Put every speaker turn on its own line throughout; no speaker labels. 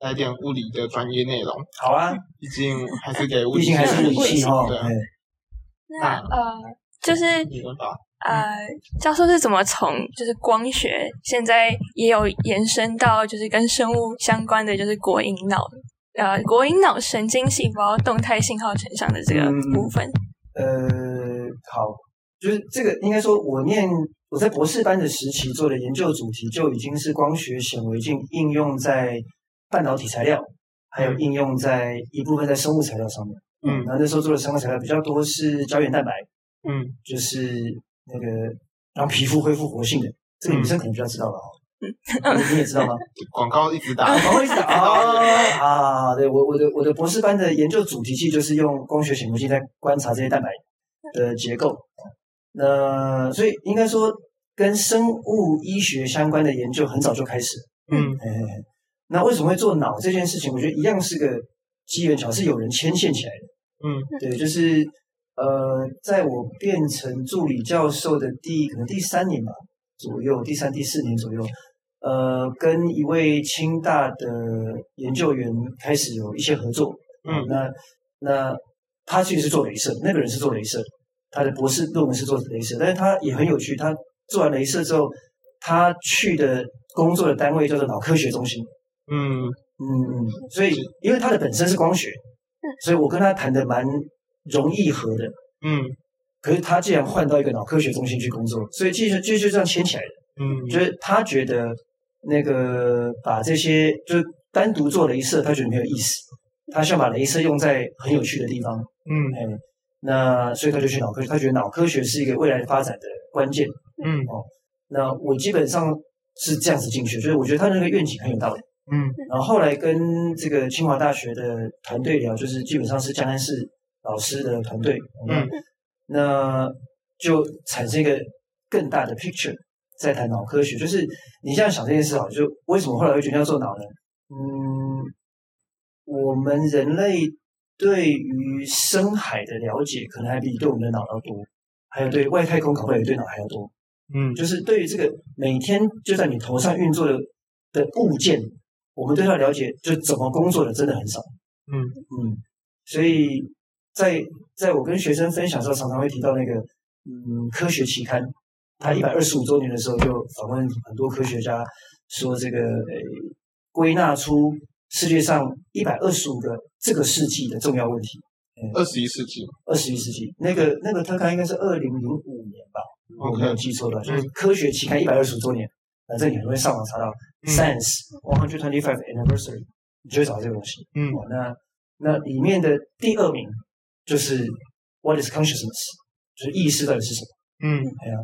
来点物理的专业内容，
好啊，
毕竟还是给物
毕
理系
竟还是
的
理系哈，
对
哎
那呃，就是
理论吧。
呃，教授是怎么从就是光学，现在也有延伸到就是跟生物相关的，就是果蝇脑呃果蝇脑神经细胞动态信号成像的这个部分。
呃，好，就是这个应该说，我念我在博士班的时期做的研究主题就已经是光学显微镜应用在半导体材料，还有应用在一部分在生物材料上面。
嗯
然后那时候做的生物材料比较多是胶原蛋白，
嗯
就是那个让皮肤恢复活性的，这个女生可能比较知道吧？嗯，你也知道吗？
广告一直打，
啊，我一直打哦啊，对我我的我的博士班的研究主题其实就是用光学显微镜在观察这些蛋白的结构。那所以应该说，跟生物医学相关的研究很早就开始了。
嗯
哎哎哎那为什么会做脑这件事情？我觉得一样是个机缘巧合，是有人牵线起来的。
嗯
对，就是呃，在我变成助理教授的第可能第三年吧左右，第三第四年左右，呃，跟一位清大的研究员开始有一些合作。
嗯
那那他其实是做镭射，那个人是做镭射，他的博士论文是做镭射，但是他也很有趣，他做完镭射之后，他去的工作的单位叫做脑科学中心。
嗯
嗯，嗯，所以因为他的本身是光学，所以我跟他谈的蛮容易合的。
嗯
可是他竟然换到一个脑科学中心去工作，所以其实就就这样牵起来的。
嗯，
就是他觉得那个把这些就是单独做镭射，他觉得没有意思，他想把镭射用在很有趣的地方。
嗯
哎，那所以他就去脑科学，他觉得脑科学是一个未来发展的关键。
嗯
那我基本上是这样子进去，就是我觉得他那个愿景很有道理。
嗯
然后后来跟这个清华大学的团队聊，就是基本上是江安市老师的团队，
嗯，
那就产生一个更大的 picture，在谈脑科学。就是你现在想这件事啊，就为什么后来会决定要做脑呢？嗯，我们人类对于深海的了解，可能还比对我们的脑要多，还有对外太空搞不好也对脑还要多。
嗯
就是对于这个每天就在你头上运作的的物件，我们对它了解就怎么工作的真的很少。
嗯
嗯，所以在在我跟学生分享的时候，常常会提到那个嗯科学期刊，它一百二十五周年的时候就访问很多科学家，说这个呃归纳出世界上一百二十五个这个世纪的重要问题。
二十一世纪，
二十一世纪那个那个特刊应该是二零零五年吧，如果我没有记错的话，就是科学期刊一百二十五周年。反正你很容易上网查到、
嗯
Science One Hundred Twenty Five Anniversary，你就会找到这个东西。
嗯
哦，那那里面的第二名就是 What is consciousness，就是意识到底是什么？
嗯，
哎呀，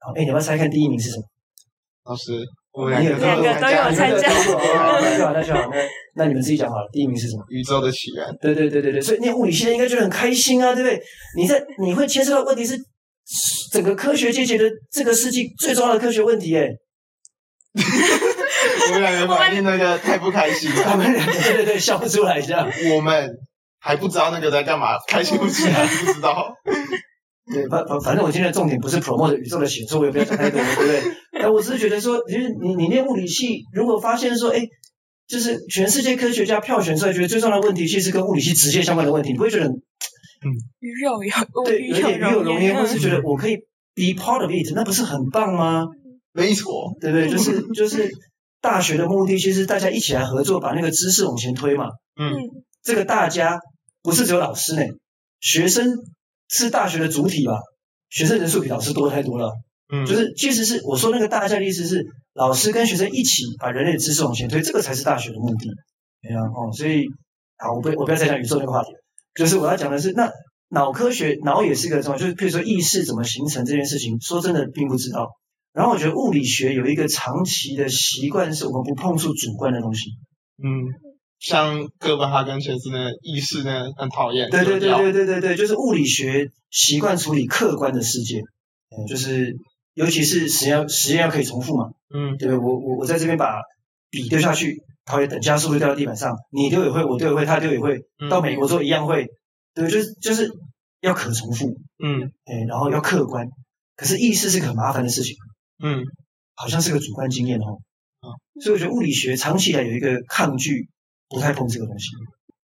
好，哎，你要不要猜看第一名是什么？
老师，我们
你
两
也
个
两个都 有参加
你也有哦那就好，那就好，那那你们自己讲好了，第一名是什么？
宇宙的起源，
对对对对对，所以念物理系的应该觉得很开心啊，对不对？你在你会牵涉到问题是整个科学界觉得这个世纪最重要的科学问题，哎，
我们两个反应那个太不开心
他
了，
们两个对对对笑不出来这样。
我们还不知道那个在干嘛，开心不起来，不知道，
对，反反反正我今天的重点不是 promote 宇宙的写作，我也不要讲太多，对不对？但我只是觉得说，就是你你念物理系，如果发现说，哎，就是全世界科学家票选出来觉得最重要的问题，其实是跟物理系直接相关的问题，你不会觉得很
鱼肉有
对，
鱼
有点与有
肉
容
焉
焉，，或是觉得我可以 be part of it，那不是很棒吗？
没错，
对不对？就是就是大学的目的，其实大家一起来合作，把那个知识往前推嘛。
嗯
这个大家不是只有老师呢，学生是大学的主体吧？学生人数比老师多太多了。
嗯，
就是其实是我说那个大家的意思是，老师跟学生一起把人类的知识往前推，这个才是大学的目的。对啊，哦，所以啊，我不我不要再讲宇宙那个话题了，就是我要讲的是，那脑科学脑也是个重要，就是譬如说意识怎么形成这件事情，说真的并不知道。然后我觉得物理学有一个长期的习惯，是我们不碰触主观的东西。
嗯，像哥本哈根前身的意识呢，很讨厌，
对
丢
对对
掉
对对对对，就是物理学习惯处理客观的世界，嗯就是尤其是实验实验要可以重复嘛，
嗯
对我我我在这边把笔丢下去，它会等加速度掉到地板上，你丢也会，我丢也会，他丢也会，
嗯
到美国之后一样会，对，就是就是要可重复，
嗯
哎，然后要客观，可是意识是个很麻烦的事情，
嗯
好像是个主观经验哦
嗯，
所以我觉得物理学长期以来有一个抗拒不太碰这个东西。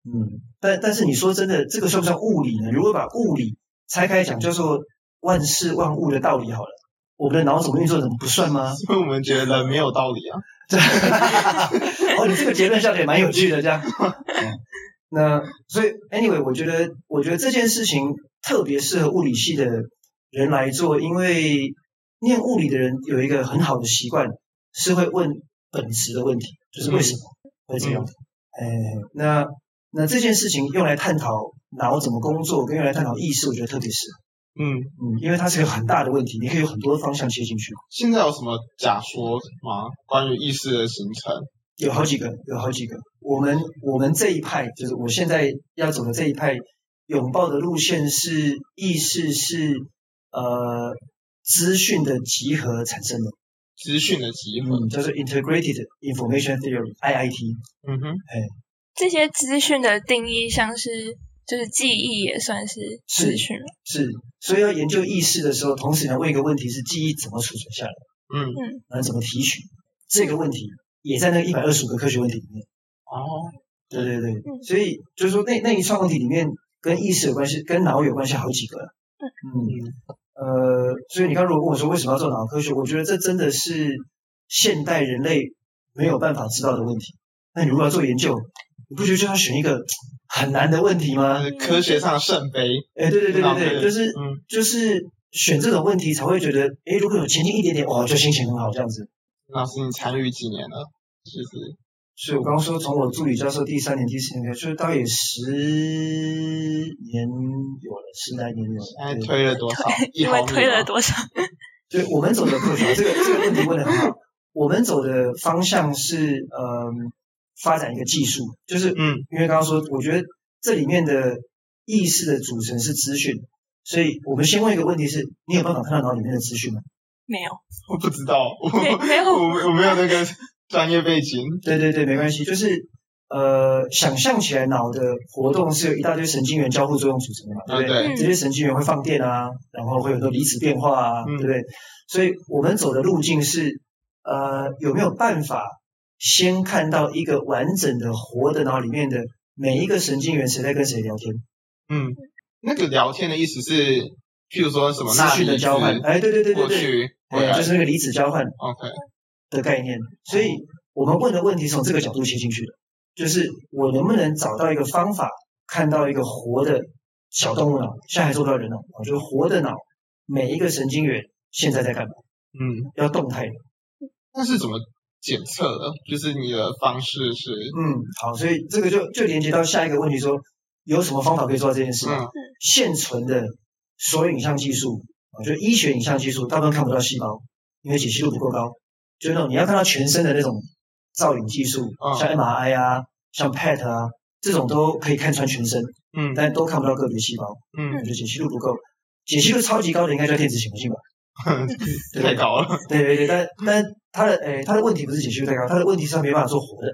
嗯，但但是你说真的，这个算不算物理呢？如果把物理拆开讲，叫做万事万物的道理好了，我们的脑怎么运作，怎么不算吗？
因为我们觉得人没有道理啊。
对， 哦，你这个结论笑的也蛮有趣的，这样。嗯那所以，anyway，我觉得，我觉得这件事情特别适合物理系的人来做，因为念物理的人有一个很好的习惯，是会问本质的问题，就是为什么会这样子。哎、那那这件事情用来探讨脑怎么工作，跟用来探讨意识，我觉得特别适
嗯，
合。嗯，因为它是一个很大的问题，你可以有很多方向切进去。
现在有什么假说吗？关于意识的形成？
有好几个，有好几个。我们我们这一派，就是我现在要走的这一派，拥抱的路线是意识是呃资讯的集合产生的，
资讯的集合。
嗯，叫做 integrated information theory（IIT）。
嗯哼，
这些资讯的定义，像是就是记忆也算是资讯吗
是，所以要研究意识的时候，同时你要问一个问题是记忆怎么储存下来，
嗯，
然后怎么提取。这个问题也在那一百二十五个科学问题里面。
哦，
对对对，
嗯
所以就是说那那一串问题里面跟意识有关系，跟脑有关系好几个。嗯，呃，所以你刚如果问我说为什么要做脑科学，我觉得这真的是现代人类没有办法知道的问题。那你如果要做研究，你不觉得就要选一个很难的问题吗？
呃科学上的圣杯。
哎，对对对
脑
对对，
科
就是
嗯，
就是选这种问题才会觉得，哎，如果有前进一点点，哇，就心情很好这样子。
老师你参与几年了？其实
所以我刚刚说，从我助理教授第三年、第四年开始，就是大概有十年有了，十来年有
现在
了。对
推了多少？一
因
毫
为
米吗
推了多少？
对，我们走的科学，这个这个问题问的很好。我们走的方向是，嗯，发展一个技术，就是
嗯
因为刚刚说，我觉得这里面的意识的组成是资讯，所以我们先问一个问题是：你有办法看到脑里面的资讯吗？
没有，
我不知道，我
没没有
我我没有那个专业背景。
对对对，没关系，就是呃，想象起来脑的活动是由一大堆神经元交互作用组成的嘛，对不
啊，
对？
对，
嗯
这些神经元会放电啊，然后会有很多离子变化啊，
嗯
对不对？所以我们走的路径是，呃，有没有办法先看到一个完整的活的脑里面的每一个神经元谁在跟谁聊天，
嗯，那个聊天的意思是，譬如说什么
资讯的交换？哎，对对对对
过
对，
去回
哎，
来
就是那个离子交换
，OK，
的概念。所以我们问的问题是从这个角度切进去的，就是我能不能找到一个方法，看到一个活的小动物脑，现在还做不到人脑，就是活的脑，每一个神经元现在在干嘛？
嗯，
要动态的。
那是怎么检测的？就是你的方式是，
嗯，好，所以这个就就连接到下一个问题说有什么方法可以做到这件事？
嗯
现存的所有影像技术，啊，就是医学影像技术，大部分看不到细胞，因为解析度不够高。就是那种你要看到全身的那种造影技术，
嗯
像 MRI 啊，像 PET 啊，这种都可以看穿全身，
嗯
但都看不到个别细胞，
嗯，
就解析度不够。解析度超级高的应该叫电子显 微镜吧？对
太高了。
对对对，但但它的诶、它的问题不是解析度太高，它的问题是它没办法做活的。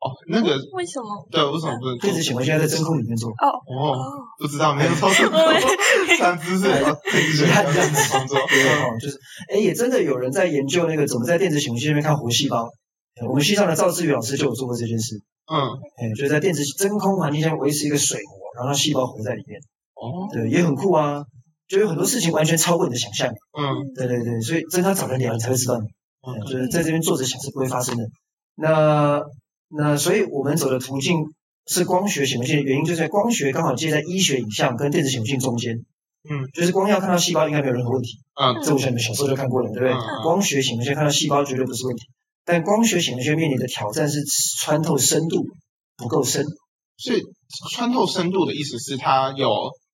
哦，那个
为什么？
对，为什么不能做
电子显微镜要在真空里面做，
哦，
哦，
不知道，没有操作过
我们。
三知识，
遗憾这
怎
样
么
子
操作？
哦，就是，哎，也真的有人在研究那个怎么在电子显微镜那边看活细胞。哎我们系上的赵志宇老师就有做过这件事，
嗯，
哎，就是在电子真空环境下维持一个水膜，然后让细胞活在里面，
哦，
对，也很酷啊。就有很多事情完全超过你的想象，
嗯
对对对，所以真的要找人聊，你才会知道，哎
嗯
就是在这边坐着想是不会发生的。那那所以我们走的途径是光学显微镜的原因，就是在光学刚好介在医学影像跟电子显微镜中间，
嗯，
就是光要看到细胞应该没有任何问题，
嗯
这我想你们小时候就看过了，对不对？
嗯
光学显微学看到细胞绝对不是问题，但光学显微学面临的挑战是穿透深度不够深。
所以穿透深度的意思是它有，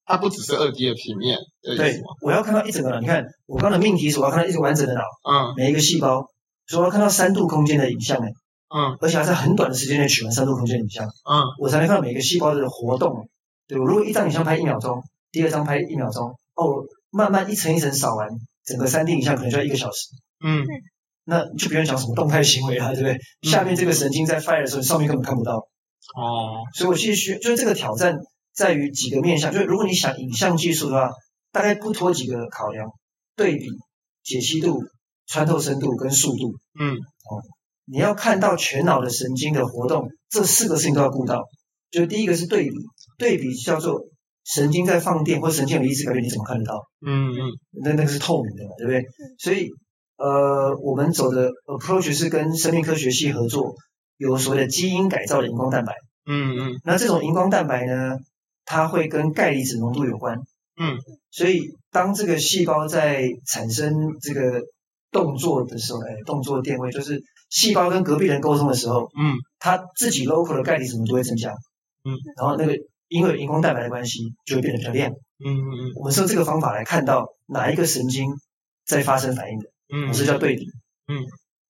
它不只是二 D 的平面的意
对
思吗？，
我要看到一整个脑，你看我刚刚的命题是我要看到一个完整的脑，
嗯
每一个细胞，所以我要看到三度空间的影像哎，
嗯
而且要在很短的时间内取完三度空间的影像，
嗯
我才能看到每个细胞的活动。对我如果一张影像拍一秒钟，第二张拍一秒钟，哦，我慢慢一层一层扫完，整个三 D 影像可能就要一个小时。
嗯
那就不用讲什么动态行为啊，对不对？
嗯
下面这个神经在 fire 的时候，上面根本看不到，
哦
所以我其实需就是这个挑战在于几个面向，就是如果你想影像技术的话，大概不脱几个考量：对比、解析度、穿透深度跟速度。
嗯
你要看到全脑的神经的活动，这四个事情都要顾到。就第一个是对比，对比叫做神经在放电或神经有意识改变，你怎么看得到？
嗯嗯
那那个是透明的嘛，对不对？所以呃，我们走的 approach 是跟生命科学系合作，有所谓的基因改造的荧光蛋白。
嗯嗯
那这种荧光蛋白呢，它会跟钙离子浓度有关。
嗯，
所以当这个细胞在产生这个动作的时候，哎，动作电位就是细胞跟隔壁人沟通的时候，
嗯
它自己 local 的钙离子浓度会增加。
嗯，
然后那个因为有荧光蛋白的关系，就会变得比较亮。
嗯嗯
我们是用这个方法来看到哪一个神经在发生反应的，
嗯
我们是叫对比。
嗯，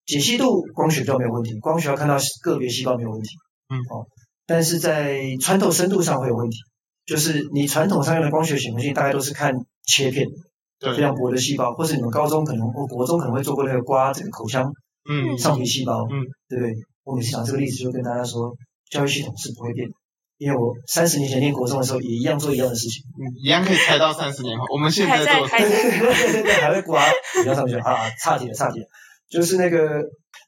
解析度光学比较没有问题，光学要看到个别细胞没有问题。
嗯
哦，但是在穿透深度上会有问题，就是你传统上用的光学显微镜大概都是看切片
对
非常薄的细胞，或是你们高中可能或国中可能会做过那个刮这个口腔
嗯
上皮细胞，
嗯，
对不对？我每次讲这个例子就跟大家说，教育系统是不会变的，因为我三十年前念国中的时候也一样做一样的事情。
嗯一样可以猜到三十年后，我们现
还在
做
还在
对对对对，还会刮，你要上去啊，差点差点，就是那个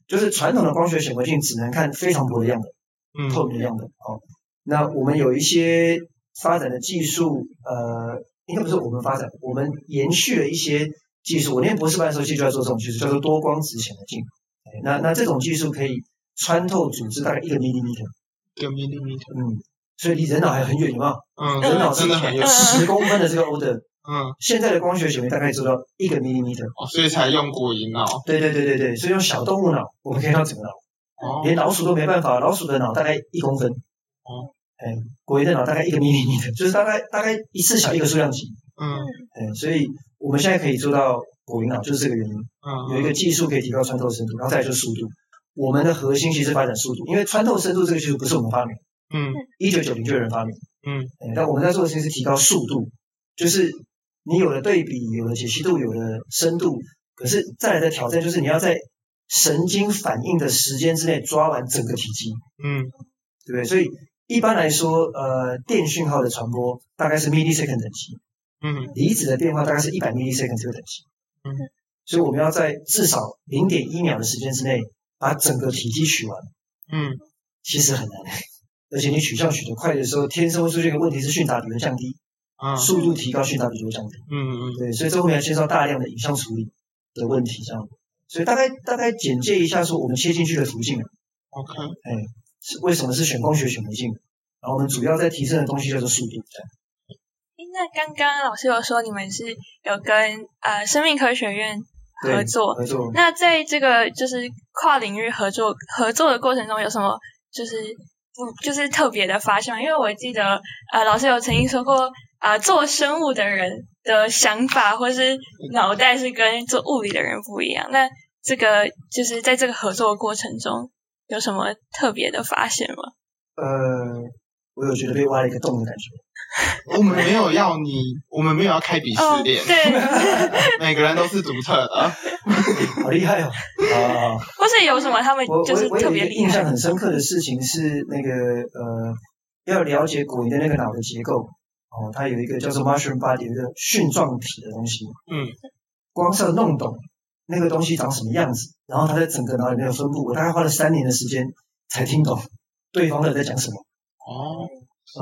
就是传统的光学显微镜只能看非常薄的样本，
嗯
透明的样本哦。那我们有一些发展的技术，呃，应该不是我们发展，我们延续了一些技术。我念博士班的时候其实就在做这种技术，叫做多光子显微镜。哎那那这种技术可以穿透组织大概一个 millimeter，
一个 millimeter，
嗯，所以离人脑还很远，有没有？
嗯，
人脑
真的很有
嗯
十公分的这个 order，
嗯
现在的光学显微大概做到一个 millimeter。
哦，所以才用哦果蝇脑
对对对对对，所以用小动物脑，我们可以看到整个脑，
哦，
连老鼠都没办法，老鼠的脑大概一公分，
哦，
哎，鬼的脑大概一个 m i l 就是大概大概一次小一个数量级，
嗯
哎，所以我们现在可以做到果蝇脑，就是这个原因，
嗯，
有一个技术可以提高穿透深度，然后再来就是速度。我们的核心其实发展速度，因为穿透深度这个技术不是我们发明，
嗯
一九九零就有人发明，
嗯
哎，但我们在做的事情是提高速度，就是你有了对比，有了解析度，有了深度，可是再来的挑战就是你要在神经反应的时间之内抓完整个体积，
嗯
对不对？所以一般来说，呃，电讯号的传播大概是 millisecond 等级，
嗯
离子的变化大概是一百 millisecond 这个等级，
嗯，
所以我们要在至少零点一秒的时间之内把整个体积取完，
嗯
其实很难。 而且你取向取得快的时候，天生会出现一个问题是讯达比会降低，
嗯
速度提高，讯达比就会降低。
嗯
对，所以这后面要介绍大量的影像处理的问题，这样。所以大概大概简介一下，说我们切进去的途径啊
，OK，
是为什么是选光学显微镜，啊然后我们主要在提升的东西叫做速度。这样
诶那刚刚老师有说你们是有跟呃生命科学院合作，
合作。
那在这个就是跨领域合作合作的过程中，有什么就是不就是特别的发现吗？因为我记得呃老师有曾经说过，啊，做生物的人的想法或是脑袋是跟做物理的人不一样。那这个就是在这个合作的过程中有什么特别的发现吗？
呃，我有觉得被挖了一个洞的感觉。
我们没有要你，我们没有要开鄙视链，
哦对，
每个人都是独特的，
好厉 害哦！啊，
或是有什么他们
我我
就是
我
特
有一
别
个
厉
印象
害？
很深刻的事情是那个呃，要了解果蝇的那个脑的结构哦，它有一个叫做 mushroom body 有一个蕈状体的东西。
嗯
光是要弄懂那个东西长什么样子，然后它在整个脑里面的分布，我大概花了三年的时间才听懂对方到底在讲什么。
哦，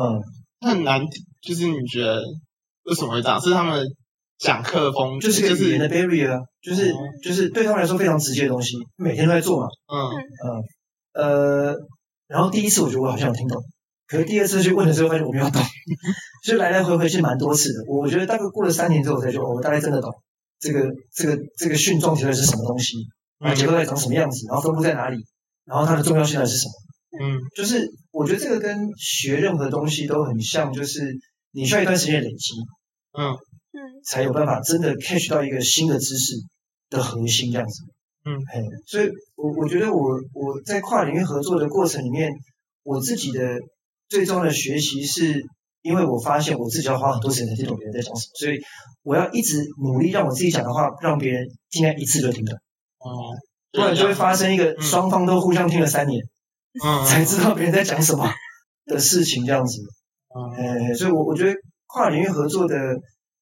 嗯，
那很难，就是你觉得为什么会这样？是他们讲课风，
就是
就
个语
是
言的 barrier，啊就是
哦
就是对他们来说非常直接的东西，每天都在做嘛。
嗯
呃，然后第一次我觉得我好像有听懂，可是第二次去问的时候发现我没有懂， 所以来来回回是蛮多次的。我我觉得大概过了三年之后，我才觉得哦我大概真的懂这个这个这个蕈状体到底是什么东西，啊，结构在长什么样子，然后分布在哪里，然后它的重要性到底是什么。
嗯
就是我觉得这个跟学任何东西都很像，就是你需要一段时间的累积，
嗯
嗯
才有办法真的 catch 到一个新的知识的核心这样子。
嗯
嘿，所以我我觉得我我在跨领域合作的过程里面，我自己的最终的学习是。因为我发现我自己要花很多时间才听懂别人在讲什么，所以我要一直努力让我自己讲的话让别人尽量一次就听懂，
哦，
不然就会发生一个
嗯
双方都互相听了三年，
嗯
才知道别人在讲什么的事情这样子。
嗯
呃，所以我我觉得跨领域合作的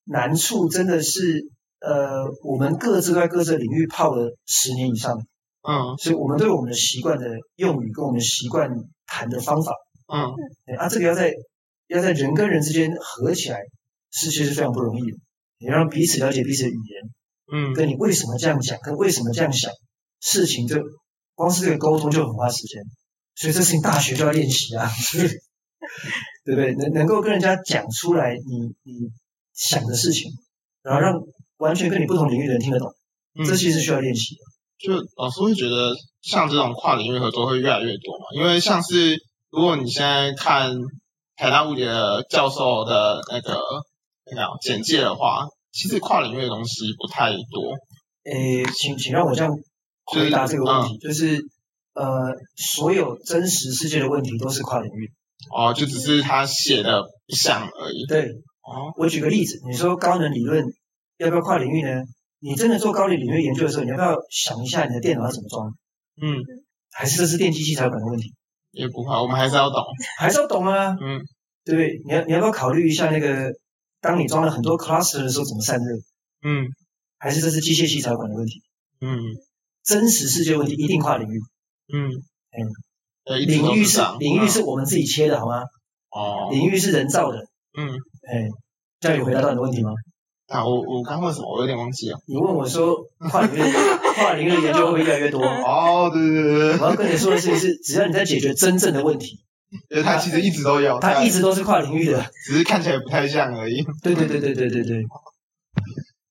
难处真的是，呃，我们各自在各自的领域泡了十年以上，
嗯
所以我们对我们的习惯的用语跟我们习惯谈的方法，
嗯
哎啊，这个要在要在人跟人之间合起来，是其实非常不容易的。你让彼此了解彼此的语言，
嗯
跟你为什么这样讲，跟为什么这样想，事情就光是这个沟通就很花时间，所以这事情大学就要练习啊， 对不对？能能够跟人家讲出来你你想的事情，然后让完全跟你不同领域的人听得懂，
嗯，
这其实是需要练习的。
就老师会觉得像这种跨领域合作会越来越多嘛？因为像是如果你现在看台大物理的教授的那个那个简介的话，其实跨领域的东西不太多。
诶，请请让我这样回答这个问题，就是呃，所有真实世界的问题都是跨领域。
哦，就只是他写的一项而已。
对
哦，
我举个例子，你说高能理论要不要跨领域呢？你真的做高能领域研究的时候，你要不要想一下你的电脑要怎么装？
嗯，
还是这是电机系才有可能的问题？
也不会，我们还是要懂。
还是要懂啊，
嗯
对不对？你要你要不要考虑一下那个，当你装了很多 cluster 的时候怎么散热？
嗯
还是这是机械系才有可能的问题？
嗯
真实世界问题一定跨领域，
嗯
嗯
嗯，一定
领
都
域
这
是
样
领域
嗯
是我们自己切的好吗？
哦，
领域是人造的，
嗯，
哎，这样有回答到你的问题吗？
啊，我我刚问什么，我有点忘记了。
你问我说跨领域 跨领域的研究会越来越多，我
哦，对对对对
要跟你说的事情是，只要你在解决真正的问题，
对，他其实一直都有，
它一直都是跨领域的。
只是看起来不太像而已。
对对对对对对对，